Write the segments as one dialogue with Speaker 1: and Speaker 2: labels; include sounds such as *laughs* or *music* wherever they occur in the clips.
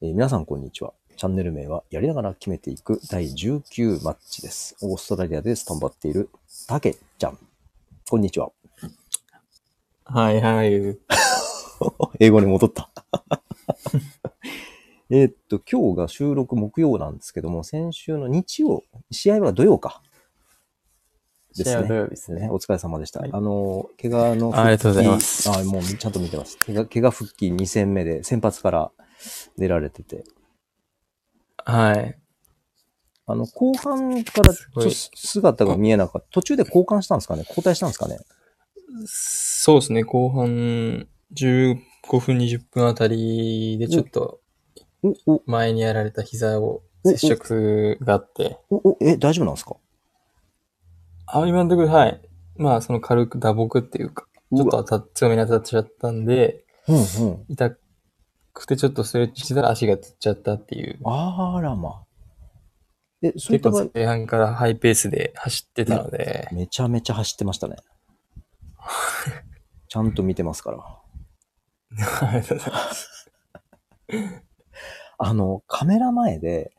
Speaker 1: えー皆さん、こんにちは。チャンネル名は、やりながら決めていく第19マッチです。オーストラリアでスタンバっている、たけちゃん。こんにちは。
Speaker 2: はいはい。
Speaker 1: 英語に戻った。 *laughs* えーっと、今日が収録木曜なんですけども、先週の日曜、試合は土曜か。ですね
Speaker 2: 試合は土曜日です
Speaker 1: ね、
Speaker 2: ね。
Speaker 1: お疲れ様でした。
Speaker 2: はい
Speaker 1: あの、怪我の復帰
Speaker 2: ありがとうございます
Speaker 1: あもうちゃんと見てます。怪我怪我復帰2戦目で先発から出られてて。
Speaker 2: はい。
Speaker 1: あの、後半からちょっと
Speaker 2: す
Speaker 1: 姿が見えなかった。途中で交換したんですかね交代したんですかね
Speaker 2: そうですね、後半15分、20分あたりでちょっと
Speaker 1: お、お、
Speaker 2: 前にやられた膝を接触があって、
Speaker 1: お、おえ、大丈夫なんですか
Speaker 2: あ、今のところ、はい。まあ、その軽く打撲っていうか、ちょっ
Speaker 1: う
Speaker 2: と当たっ強めに当たっちゃったんで、
Speaker 1: うんうん。
Speaker 2: 痛くてちょっとストレッチしたら足がつっちゃったっていう。
Speaker 1: あらま。え、そういっ
Speaker 2: 結
Speaker 1: た
Speaker 2: 構
Speaker 1: 場合、
Speaker 2: 前半からハイペースで走ってたので、
Speaker 1: めちゃめちゃ走ってましたね。 *laughs* ちゃんと見てますから。
Speaker 2: あり *laughs* がとうございます
Speaker 1: あの、カメラ前で、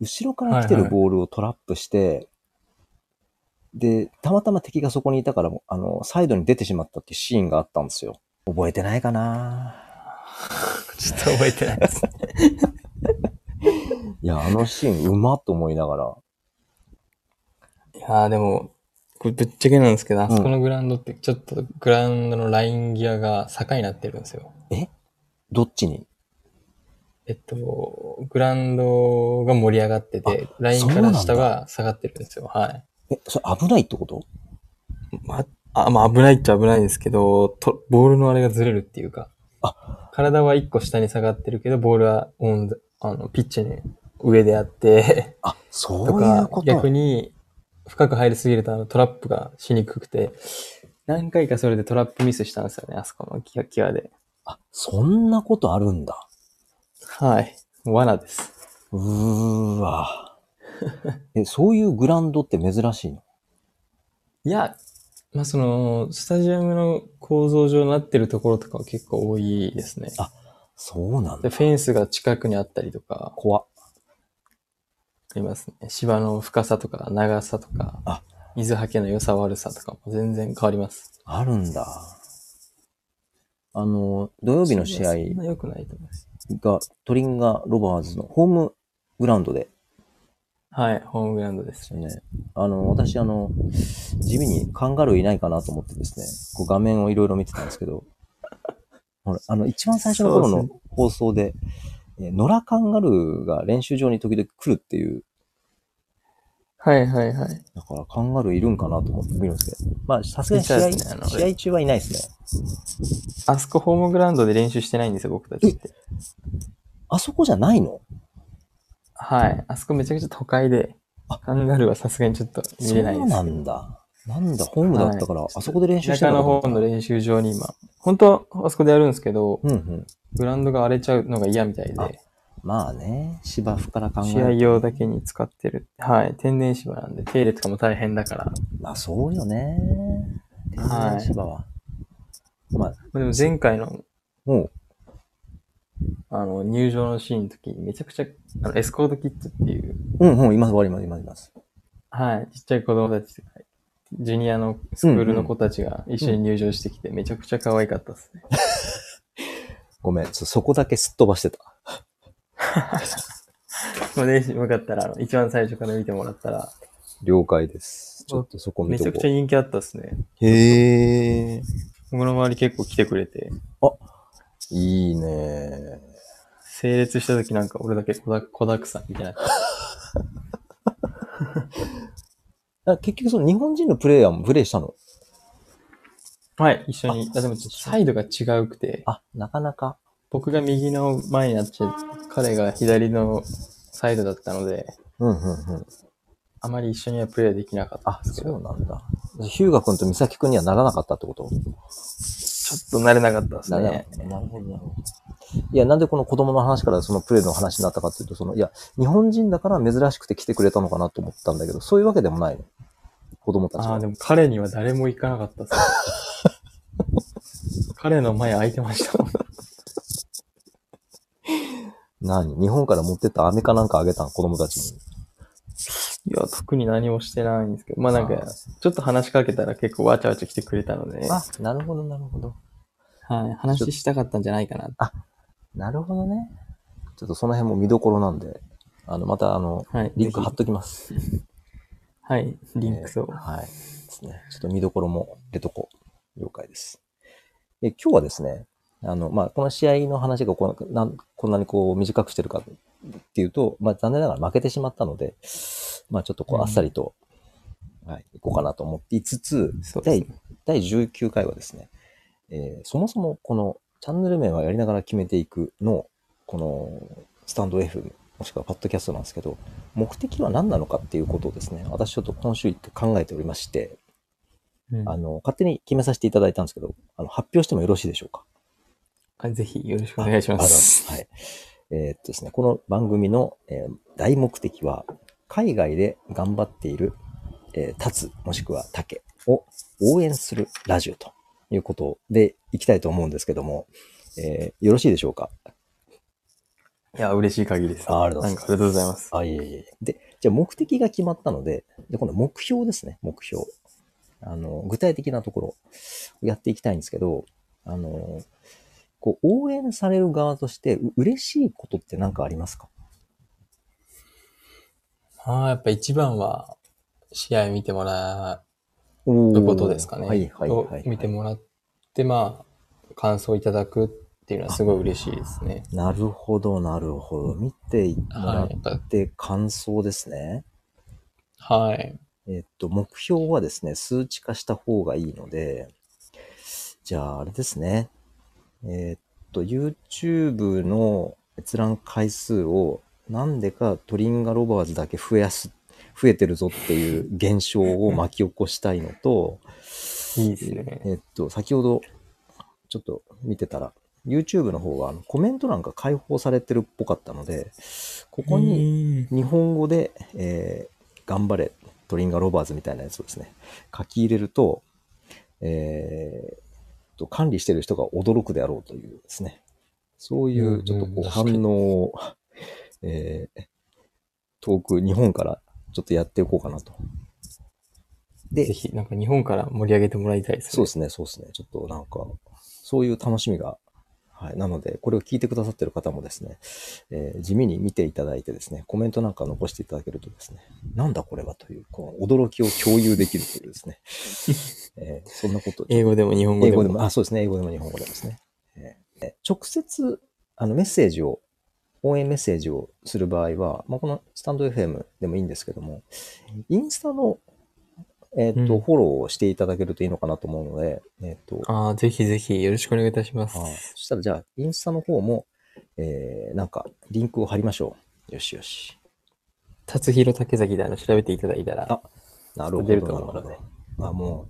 Speaker 1: 後ろから来て
Speaker 2: は
Speaker 1: る
Speaker 2: いはい
Speaker 1: ボールをトラップして、で、たまたま敵がそこにいたから、あの、サイドに出てしまったっていうシーンがあったんですよ。覚えてないかな
Speaker 2: ちょっと覚えてないです。
Speaker 1: いや、あのシーン、うまっと思いながら。
Speaker 2: いやーでも、これぶっちゃけなんですけど、あそこのグラウンドってちょっとグラウンドのライン際が坂になってるんですよ。
Speaker 1: どっちに
Speaker 2: えっと、グラウンドが盛り上がってて、ラインから下が下がってるんですよ。はい。
Speaker 1: え、それ危ないってこと
Speaker 2: まあ、まあ危ないっちゃ危ないですけど、とボールのあれがずれるっていうか、体は一個下に下がってるけど、ボールはオンあのピッチに上であって、
Speaker 1: あ、そ
Speaker 2: と
Speaker 1: ういう
Speaker 2: か
Speaker 1: こ、と
Speaker 2: 逆に深く入りすぎるとあのトラップがしにくくて、何回かそれでトラップミスしたんですよね、あそこのキワキワで。
Speaker 1: あ、そんなことあるんだ。
Speaker 2: はい。罠です。
Speaker 1: うーわ。
Speaker 2: *laughs*
Speaker 1: え、そういうグラウンドって珍しいの
Speaker 2: いや、まあ、その、スタジアムの構造上なってるところとかは結構多いですね。
Speaker 1: あそうなん
Speaker 2: で、
Speaker 1: だ。
Speaker 2: フェンスが近くにあったりとか、
Speaker 1: 怖っ
Speaker 2: ありますね。芝の深さとか長さとか、
Speaker 1: あ
Speaker 2: 水はけの良さ悪さとかも全然変わります。
Speaker 1: あるんだ。あの、土曜日の試合
Speaker 2: そんな良くないと思います。
Speaker 1: がトリンガー・ロバーズのホームグラウンドで
Speaker 2: はい、ホームグラウンドです。
Speaker 1: ね、あの、私、あの、地味にカンガルーいないかなと思ってですね、こう画面をいろいろ見てたんですけど、 *laughs* ほら、あの、一番最初の頃
Speaker 2: そう
Speaker 1: の
Speaker 2: で
Speaker 1: 放送で、え野良カンガルーが練習場に時々来るっていう、
Speaker 2: はいはいはい。
Speaker 1: だからカンガルーいるんかなと思って見るんですけど、まあ、さすがに試合、
Speaker 2: いたですねあの
Speaker 1: 試合中はいないですね。
Speaker 2: あそこホームグラウンドで練習してないんですよ、僕たちって。
Speaker 1: あそこじゃないの
Speaker 2: はい。あそこめちゃくちゃ都会で、カンガルーはさすがにちょっと見
Speaker 1: そう
Speaker 2: れないですけど。
Speaker 1: なんだ。なんだ、ホームだったから、
Speaker 2: はい
Speaker 1: あそこで練習
Speaker 2: 田
Speaker 1: してた
Speaker 2: 舎の方の練習場に今、本当はあそこでやるんですけど、
Speaker 1: うんうん。
Speaker 2: グラウンドが荒れちゃうのが嫌みたい
Speaker 1: あ
Speaker 2: で、
Speaker 1: まあね、芝生から考え
Speaker 2: 試合用だけに使ってる。はい、天然芝なんで、手入れとかも大変だから。ま
Speaker 1: まあそうよね。天
Speaker 2: はい
Speaker 1: 然芝は。まあ、
Speaker 2: あでも前回の
Speaker 1: もう、
Speaker 2: あの入場のシーンの時にめちゃくちゃあのエスコートキッズっていう、
Speaker 1: うんうん、います、終わります、います、います。
Speaker 2: はい、ちっちゃい子供たち、ジュニアのスクールの子たちが一緒に入場してきて、めちゃくちゃ可愛かったですね。
Speaker 1: ごめん、そそこだけすっ飛ばしてた。
Speaker 2: もうね、よかったら、あの一番最初から見てもらったら、
Speaker 1: 了解です。ちょっとそこ見
Speaker 2: めち
Speaker 1: て
Speaker 2: ゃ
Speaker 1: お
Speaker 2: く
Speaker 1: こ
Speaker 2: ちゃ人気あったですね。
Speaker 1: う。へえ。
Speaker 2: 僕の周り結構来てくれて、
Speaker 1: いいね。
Speaker 2: 整列した時なんか俺だけ子だ子だくさんみたいな。
Speaker 1: あ結局その日本人のプレイヤーもプレイしたの
Speaker 2: はい、一緒に。
Speaker 1: あ
Speaker 2: あでもちょっとサイドが違うくて、
Speaker 1: あ、なかなか。
Speaker 2: 僕が右の前になっちゃって、彼が左のサイドだったので、
Speaker 1: うんうんうん。
Speaker 2: あまり一緒にはプレイできなかった
Speaker 1: あ
Speaker 2: ん、ですけ
Speaker 1: そう
Speaker 2: ど、
Speaker 1: なんだ。ヒューガ君と美咲君にはならなかったってこと
Speaker 2: ちょっと慣れなかったです
Speaker 1: な
Speaker 2: ね。
Speaker 1: るほど、なるほど。いや、なんでこの子供の話からそのプレーの話になったかっていうと、その、いや、日本人だから珍しくて来てくれたのかなと思ったんだけど、そういうわけでもないの。子供たち
Speaker 2: ああ、
Speaker 1: は。
Speaker 2: でも彼には誰も行かなかっ
Speaker 1: *laughs*
Speaker 2: たですね。彼の前空いてましたもん。
Speaker 1: 何日本から持ってった飴かなんかあげたん子供たちに。
Speaker 2: いや、特に何もしてないんですけど、まあなん
Speaker 1: あ
Speaker 2: か
Speaker 1: ー、
Speaker 2: ちょっと話しかけたら結構わちゃわちゃ来てくれたので、は
Speaker 1: あ、なるほど、なるほど。
Speaker 2: い、話したかったんじゃないかな。
Speaker 1: なるほどね。ちょっとその辺も見どころなんで、あの、また、あの、
Speaker 2: はい、
Speaker 1: リンク貼っ
Speaker 2: ぜ
Speaker 1: ときます。
Speaker 2: ひはい、リンクそう
Speaker 1: えー。はい。ですね。ちょっと見どころも出とこう。了解です。え今日はですね、あの、まあ、この試合の話がこんなんこんなにこう短くしてるかっていうと、まあ、残念ながら負けてしまったので、まあ、ちょっとこう
Speaker 2: うん
Speaker 1: あっさりと、はい、いこうかなと思っていつつ、
Speaker 2: そうです
Speaker 1: 第
Speaker 2: ね
Speaker 1: 第19回はですね、えーそもそもこのチャンネル名はやりながら決めていくの、このスタンド F もしくはパッドキャストなんですけど、目的は何なのかっていうことをですね、私ちょっと今週一回考えておりまして、
Speaker 2: うん
Speaker 1: あの、勝手に決めさせていただいたんですけど、あの発表してもよろしいでしょうか
Speaker 2: はいぜひよろしくお願いします。
Speaker 1: あのはい。えーっとですね、この番組の、えー大目的は、海外で頑張っている、えー、タツ、もしくはタケを応援するラジオということでいきたいと思うんですけども、えーよろしいでしょうか
Speaker 2: いや、嬉しい限りです。
Speaker 1: あありがとうございます
Speaker 2: なんかありがとうございます。
Speaker 1: あ、いえいえいえ。で、じゃあ目的が決まったので、で、今度は目標ですね、目標。あの、具体的なところをやっていきたいんですけど、あの、こう、応援される側として、う嬉しいことって何かありますか
Speaker 2: ああ、やっぱ一番は、試合見てもら
Speaker 1: お
Speaker 2: うことですかね。
Speaker 1: はいはいはい、はい
Speaker 2: を。見てもらって、まあ、感想いただくっていうのはすごい嬉しいですね。
Speaker 1: なるほど、なるほど。見てもら
Speaker 2: は
Speaker 1: っ
Speaker 2: い。やっぱ
Speaker 1: て感想ですね。
Speaker 2: はい。
Speaker 1: えっと、目標はですね、数値化した方がいいので、じゃあ、あれですね。えっと、YouTube の閲覧回数を、なんでかトリンガロバーズだけ増やす、増えてるぞっていう現象を巻き起こしたいのと、
Speaker 2: いいですね。
Speaker 1: えっと、先ほど、ちょっと見てたら、YouTube の方はあのコメント欄が開放されてるっぽかったので、ここに
Speaker 2: に、
Speaker 1: 日本語で、えー頑張れ、トリンガロバーズみたいなやつをですね、書き入れると、えーと、管理してる人が驚くであろうというですね、そうい
Speaker 2: うんう
Speaker 1: うんちょっとこう
Speaker 2: 確かに
Speaker 1: 反応を、 *laughs* えー遠く日本からちょっとやっていこうかなと。で
Speaker 2: ぜ、ひ、なんか日本から盛り上げてもらいたいですね。
Speaker 1: そうですね、そうですね。ちょっとなんか、そういう楽しみが、はい。なので、これを聞いてくださってる方もですね、えー地味に見ていただいてですね、コメントなんか残していただけるとですね、なんだこれはという、この驚きを共有できるというですね、え
Speaker 2: *laughs*
Speaker 1: ーそんなことをちょっと
Speaker 2: 英語でも日本語
Speaker 1: 英
Speaker 2: でも。
Speaker 1: 語でも、あ、そうですね、英語でも日本語でもですね。えーえ直接、あの、メッセージを、応援メッセージをする場合は、まあ、このスタンド FM でもいいんですけども、インスタの、えっ、と、
Speaker 2: うん
Speaker 1: フォローをしていただけるといいのかなと思うので、えっ、と、
Speaker 2: ああ、ぜひぜひよろしくお願いいたします。
Speaker 1: はいそしたらじゃあ、インスタの方も、えー、なんか、リンクを貼りましょう。よしよし。
Speaker 2: 達弘竹崎であの調べていただいたら。
Speaker 1: なるほど、
Speaker 2: 出
Speaker 1: なる
Speaker 2: ると思う
Speaker 1: ほ
Speaker 2: ので
Speaker 1: ど。あ、も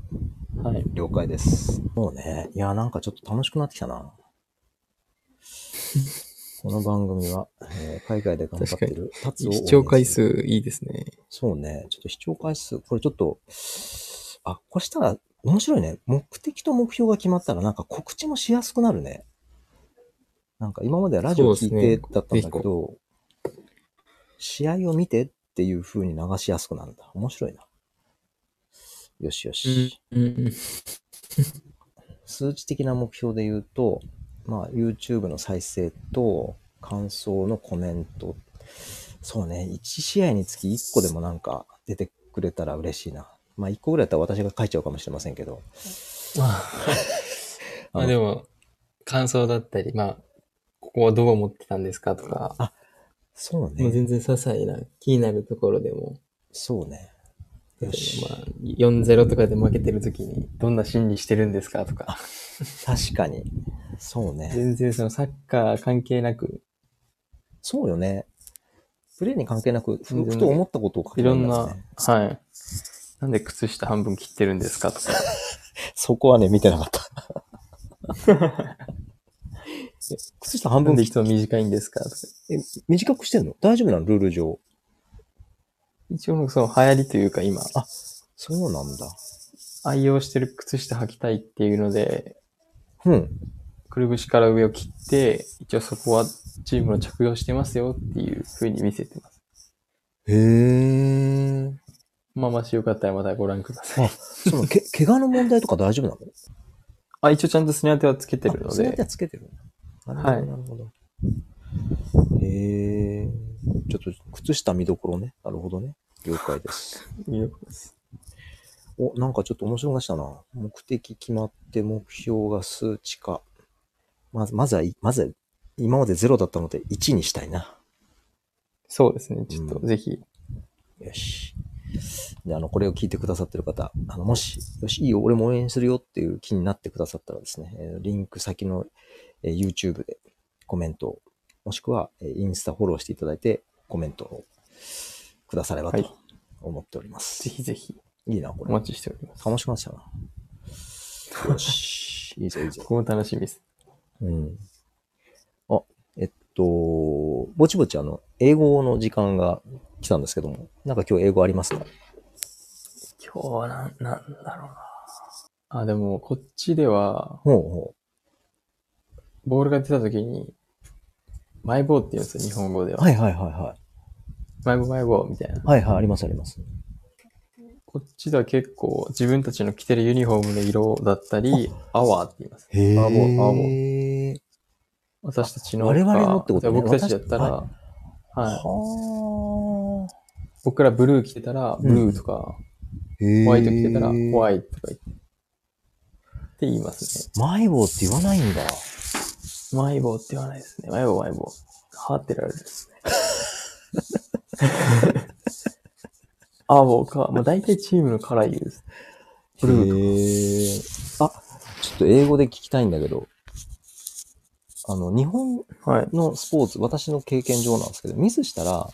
Speaker 2: はい。
Speaker 1: う、了解です。もうね、いや、なんかちょっと楽しくなってきた
Speaker 2: *laughs*
Speaker 1: な。この番組は、えー海外で頑張ってる、タツを応援す
Speaker 2: 視
Speaker 1: る
Speaker 2: 聴回数いいですね。
Speaker 1: そうね。ちょっと視聴回数、これちょっと、あ、これしたら面白いね。目的と目標が決まったら、なんか告知もしやすくなるね。なんか今まではラジオ聞い
Speaker 2: そうで
Speaker 1: て
Speaker 2: すね
Speaker 1: だったんだけど、試合を見てっていう風に流しやすくなるんだ。面白いな。よしよし。
Speaker 2: うん。
Speaker 1: 数値的な目標で言うと、まあ YouTube の再生と感想のコメント。そうね。1試合につき1個でもなんか出てくれたら嬉しいな。まあ1個ぐらいだったら私が書いちゃうかもしれませんけど。
Speaker 2: まあ、まあでも、感想だったり、まあ、ここはどう思ってたんですかとか、
Speaker 1: そう
Speaker 2: もう
Speaker 1: ね。
Speaker 2: 全然些細な気になるところでも、
Speaker 1: そうね。
Speaker 2: まあ
Speaker 1: よし。、
Speaker 2: 4-0とかで負けてる時に、どんな心理してるんですかとか、
Speaker 1: 確かに。そうね。
Speaker 2: 全然そのサッカー関係なく、
Speaker 1: そうよね。プレーに関係なく、ふ
Speaker 2: 全然
Speaker 1: ふと思ったことを書
Speaker 2: い
Speaker 1: き
Speaker 2: ろ
Speaker 1: 込
Speaker 2: ん
Speaker 1: んだ
Speaker 2: な
Speaker 1: ね。、
Speaker 2: はい。なんで靴下半分切ってるんですかとか、
Speaker 1: そこはね、見てなかった。 *laughs* え靴下半
Speaker 2: な
Speaker 1: 分
Speaker 2: んで
Speaker 1: で
Speaker 2: 人短いんですかとか。
Speaker 1: え短くしてんの大丈夫なのルール上。
Speaker 2: 一応なんかその流行りというか今、あ
Speaker 1: そうなんだ。
Speaker 2: 愛用してる靴下履きたいっていうので、
Speaker 1: うん。
Speaker 2: くるぶしから上を切って、一応そこはチームの着用してますよっていう風に見せてます。
Speaker 1: へえ。
Speaker 2: まあ、もしよかったらまたご覧ください。
Speaker 1: その、け、 *laughs* 怪我の問題とか大丈夫なの
Speaker 2: あ、一応ちゃんとスネ当てはつけてる
Speaker 1: あ
Speaker 2: の
Speaker 1: それだけ
Speaker 2: で
Speaker 1: は、つけてるなるほど、
Speaker 2: はい
Speaker 1: なるほど。へえ。ちょっと、靴下見どころね。なるほどね。了解です。
Speaker 2: いいのかです。
Speaker 1: お、なんかちょっと面白い話だな。目的決まって、目標が数値化。まず、まずは、まずは、今まで0だったので1にしたいな。
Speaker 2: そうですね。ちょっと、
Speaker 1: うん
Speaker 2: ぜひ、
Speaker 1: よし。で、あの、これを聞いてくださってる方、あの、もし、よし、いいよ、俺も応援するよっていう気になってくださったらですね、えーリンク先の、えー YouTube でコメントを、もしくは、えーインスタフォローしていただいて、コメントをくだされば
Speaker 2: はい
Speaker 1: と思っております。
Speaker 2: ぜひぜひ、
Speaker 1: い、いな、こ
Speaker 2: お
Speaker 1: れ。
Speaker 2: 待ちしております。
Speaker 1: 楽しくなっちゃうな。よし。いいぞ、いいぞ
Speaker 2: こ。こも楽しみです。
Speaker 1: うん。あ、えっと、ぼちぼちあの、英語の時間が来たんですけども、なんか今日英語ありますか
Speaker 2: 今日はなん、なんだろうな。あ、でも、こっちでは、
Speaker 1: ほうほう。
Speaker 2: ボールが出た時に、マイボーって言うんですよ、日本語では。
Speaker 1: はいはいはいはい。
Speaker 2: マイボーマイボーみたいな。
Speaker 1: はいはい、ありますあります。
Speaker 2: こっちでは結構自分たちの着てるユニフォームの色だったり、アワーって言います。
Speaker 1: へ
Speaker 2: アワー、アワー。
Speaker 1: ー。
Speaker 2: 私たちの。
Speaker 1: 我々のってことね
Speaker 2: 僕たちだったら、
Speaker 1: 私
Speaker 2: はい、
Speaker 1: は
Speaker 2: 僕らブルー着てたら、ブルーとか、
Speaker 1: ー。へ
Speaker 2: ホワイト着てたら、ホワ
Speaker 1: イ
Speaker 2: イトとか言ってって言いますね。
Speaker 1: ト。マイボーって言わないんだ。
Speaker 2: マイボーって言わないですね。マイボー、マイボー。はーってられる
Speaker 1: *laughs*
Speaker 2: ですね。アボーか。まあ大体チームのカラー言うです。ブルーとか。
Speaker 1: ー。あ、ちょっと英語で聞きたいんだけど、あの、日本
Speaker 2: はい。
Speaker 1: のスポーツ、私の経験上なんですけど、ミスしたら、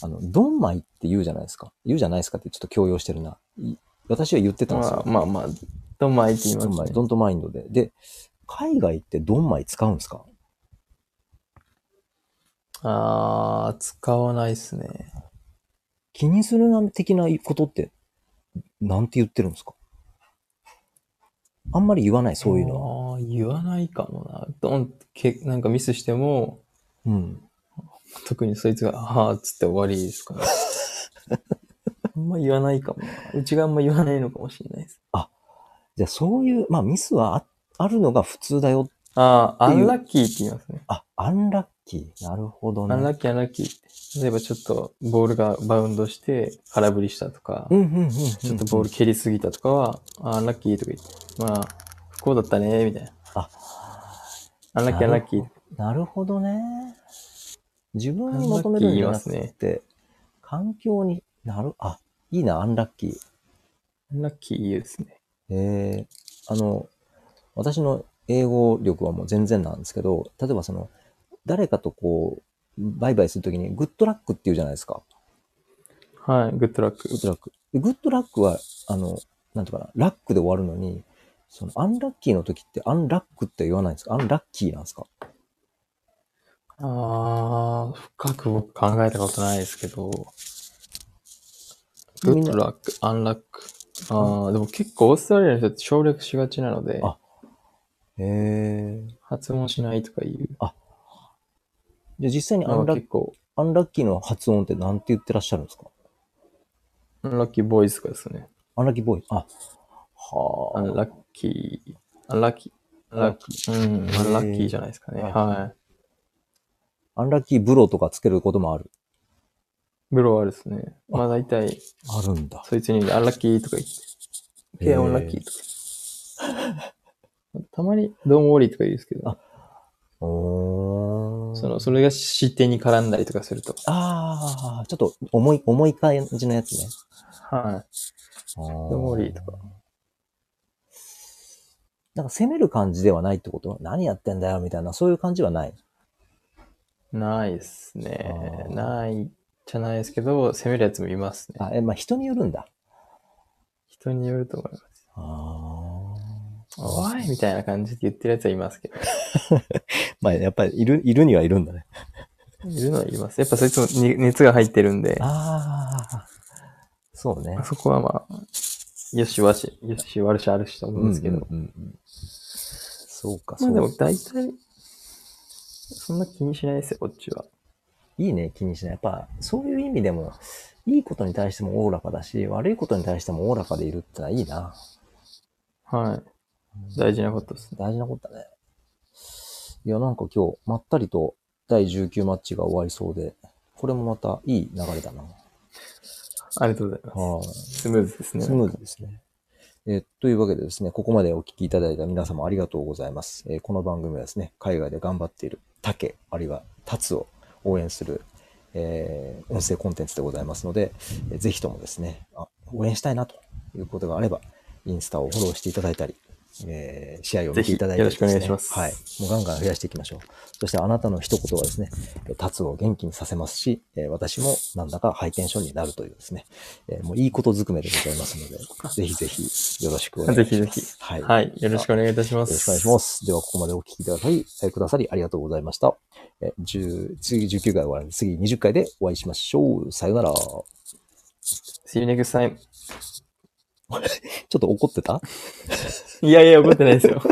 Speaker 1: あの、ドンマイって言うじゃないですか。言うじゃないですかってちょっと強要してるな。い私は言ってたんです
Speaker 2: ま
Speaker 1: よ
Speaker 2: あ。まあまあ、ドンマイって言いま
Speaker 1: ドンマイ、
Speaker 2: す
Speaker 1: ド
Speaker 2: ね。
Speaker 1: ントマインドで。で、海外ってドンマイ使うんですか
Speaker 2: あー、使わないですね。
Speaker 1: 気にするな的なことって、なんて言ってるんですかあんまり言わない、そういうのは。
Speaker 2: あー言わないかもな。ドンってけ、なんかミスしても、
Speaker 1: うん。
Speaker 2: 特にそいつが、あーっつって終わりです
Speaker 1: *laughs*
Speaker 2: から、ね。あんま言わないかもな。うちがあんま言わないのかもしれないです。
Speaker 1: じゃあそういう、まあミスはああるのが普通だよ。
Speaker 2: あー、
Speaker 1: っ
Speaker 2: ア
Speaker 1: ていう
Speaker 2: ンラッキーって言いますね。
Speaker 1: あ、アンラッキー。なるほどね。
Speaker 2: アンラッキー、アンラッキーって。例えばちょっとボールがバウンドして空振りしたとか、
Speaker 1: うんうんうんうん。
Speaker 2: ち
Speaker 1: ち
Speaker 2: ょっとボール蹴りすぎたとかは、あーアンラッキーとか言って、まあ、不幸だったね、みたいな。
Speaker 1: あ
Speaker 2: アンラッキー、アンラッキー。
Speaker 1: なるほどね。自分に求めるんじゃなく
Speaker 2: アンラッ
Speaker 1: て、環境になる、あ、いいな、アンラッキー。
Speaker 2: アンラッキー言うですね。
Speaker 1: えー、あの、私の英語力はもう全然なんですけど、例えばその、誰かとこう、バイバイするときに、グッドラックって言うじゃないですか。
Speaker 2: はい、グッドラック
Speaker 1: グ。ッドラック。でグッドラックは、あの、なんとかな、ラックで終わるのに、その、アンラッキーの時って、アンラックって言わないんですかアンラッキーなんですか
Speaker 2: ああ、深く僕考えたことないですけど。グ
Speaker 1: みん
Speaker 2: ッ
Speaker 1: な
Speaker 2: ドラック、アンラック。ああ、でも結構オーストラリアの人って省略しがちなので、
Speaker 1: あへえ。
Speaker 2: 発音しないとかいう
Speaker 1: で、実際にア
Speaker 2: の
Speaker 1: ン
Speaker 2: が
Speaker 1: ラッ
Speaker 2: 結構、
Speaker 1: アンラッキーの発音ってなんて言ってらっしゃるんですか
Speaker 2: アンラッキーボーイズとかですね。
Speaker 1: アンラッキーボーイ。あ、
Speaker 2: ア
Speaker 1: は
Speaker 2: ンラッキー、アンラッキー、アンラッキー、うん、アンラッキーじゃないですかね。
Speaker 1: はい
Speaker 2: は
Speaker 1: あ。アンラッキーブローとかつけることもある。
Speaker 2: い。ブロワーですね。まあ大体、
Speaker 1: あるんだ。
Speaker 2: そいつにアンラッキーとか言って、
Speaker 1: へ
Speaker 2: ケ
Speaker 1: ー
Speaker 2: アンラッキーとか。たまに、ドンウォーリーとか言うんですけど、
Speaker 1: おー
Speaker 2: その、それが失点に絡んだりとかすると。
Speaker 1: ああ、ちょっと重い、重い感じのやつね。
Speaker 2: はい。
Speaker 1: ド
Speaker 2: ドモリーとか。
Speaker 1: なんか攻める感じではないってこと何やってんだよみたいな、そういう感じはない。
Speaker 2: ないっすね
Speaker 1: あ。ー
Speaker 2: ないじゃないですけど、攻めるやつもいますね。
Speaker 1: あ、え、まあ人によるんだ。
Speaker 2: 人によると思います。
Speaker 1: あ
Speaker 2: おいみたいな感じで言ってるやつはいますけど。
Speaker 1: まあやっぱりいる、いるにはいるんだね。
Speaker 2: *laughs* いるのはいます。やっぱそいつもに *laughs* 熱が入ってるんで、
Speaker 1: ああ、そうね。
Speaker 2: そこはまあ、よしわし、よしわるしあるしと思うんですけ
Speaker 1: う
Speaker 2: ど。
Speaker 1: んうんうんそうか、
Speaker 2: ま
Speaker 1: そ
Speaker 2: あ
Speaker 1: う
Speaker 2: でも大体、そんな気にしないですよ、こっちは。
Speaker 1: いいね、気にしない。やっぱ、そういう意味でも、いいことに対してもおおらかだし、悪いことに対してもおおらかでいるってのはいいな。
Speaker 2: はい。大事なことですね。
Speaker 1: 大事なことだね。いや、なんか今日、まったりと第19マッチが終わりそうで、これもまたいい流れだな。
Speaker 2: ありがとうございます。
Speaker 1: はい。
Speaker 2: スムーズですね。
Speaker 1: スムーズですね。えーというわけでですね、ここまでお聞きいただいた皆様ありがとうございます。えーこの番組はですね、海外で頑張っている竹、あるいは達を応援する、えー音声コンテンツでございますので、えーぜひともですねあ、応援したいなということがあれば、インスタをフォローしていただいたり、えー試合を見ていただいたり、
Speaker 2: ぜひよろしくお願いします
Speaker 1: はい。もうガンガン増やしていきましょう。そしてあなたの一言はですね、えー達を元気にさせますし、えー私もなんだかハイテンションになるというですね、えーもういいことずくめでございます
Speaker 2: *laughs*
Speaker 1: ので、ぜひぜひよろしくお願いします。
Speaker 2: ぜひぜひ
Speaker 1: はい。よ
Speaker 2: はい。よろしくお願いいたしま
Speaker 1: ろしく
Speaker 2: す。
Speaker 1: お願いします。では、ここまでお聞きくださり、えーくださりありがとうございました。えー10次19回終わるんで、次20回でお会いしましょう。さよなら。ちょ
Speaker 2: See you next time.
Speaker 1: っと怒ってた
Speaker 2: いやいや、怒ってないですよ。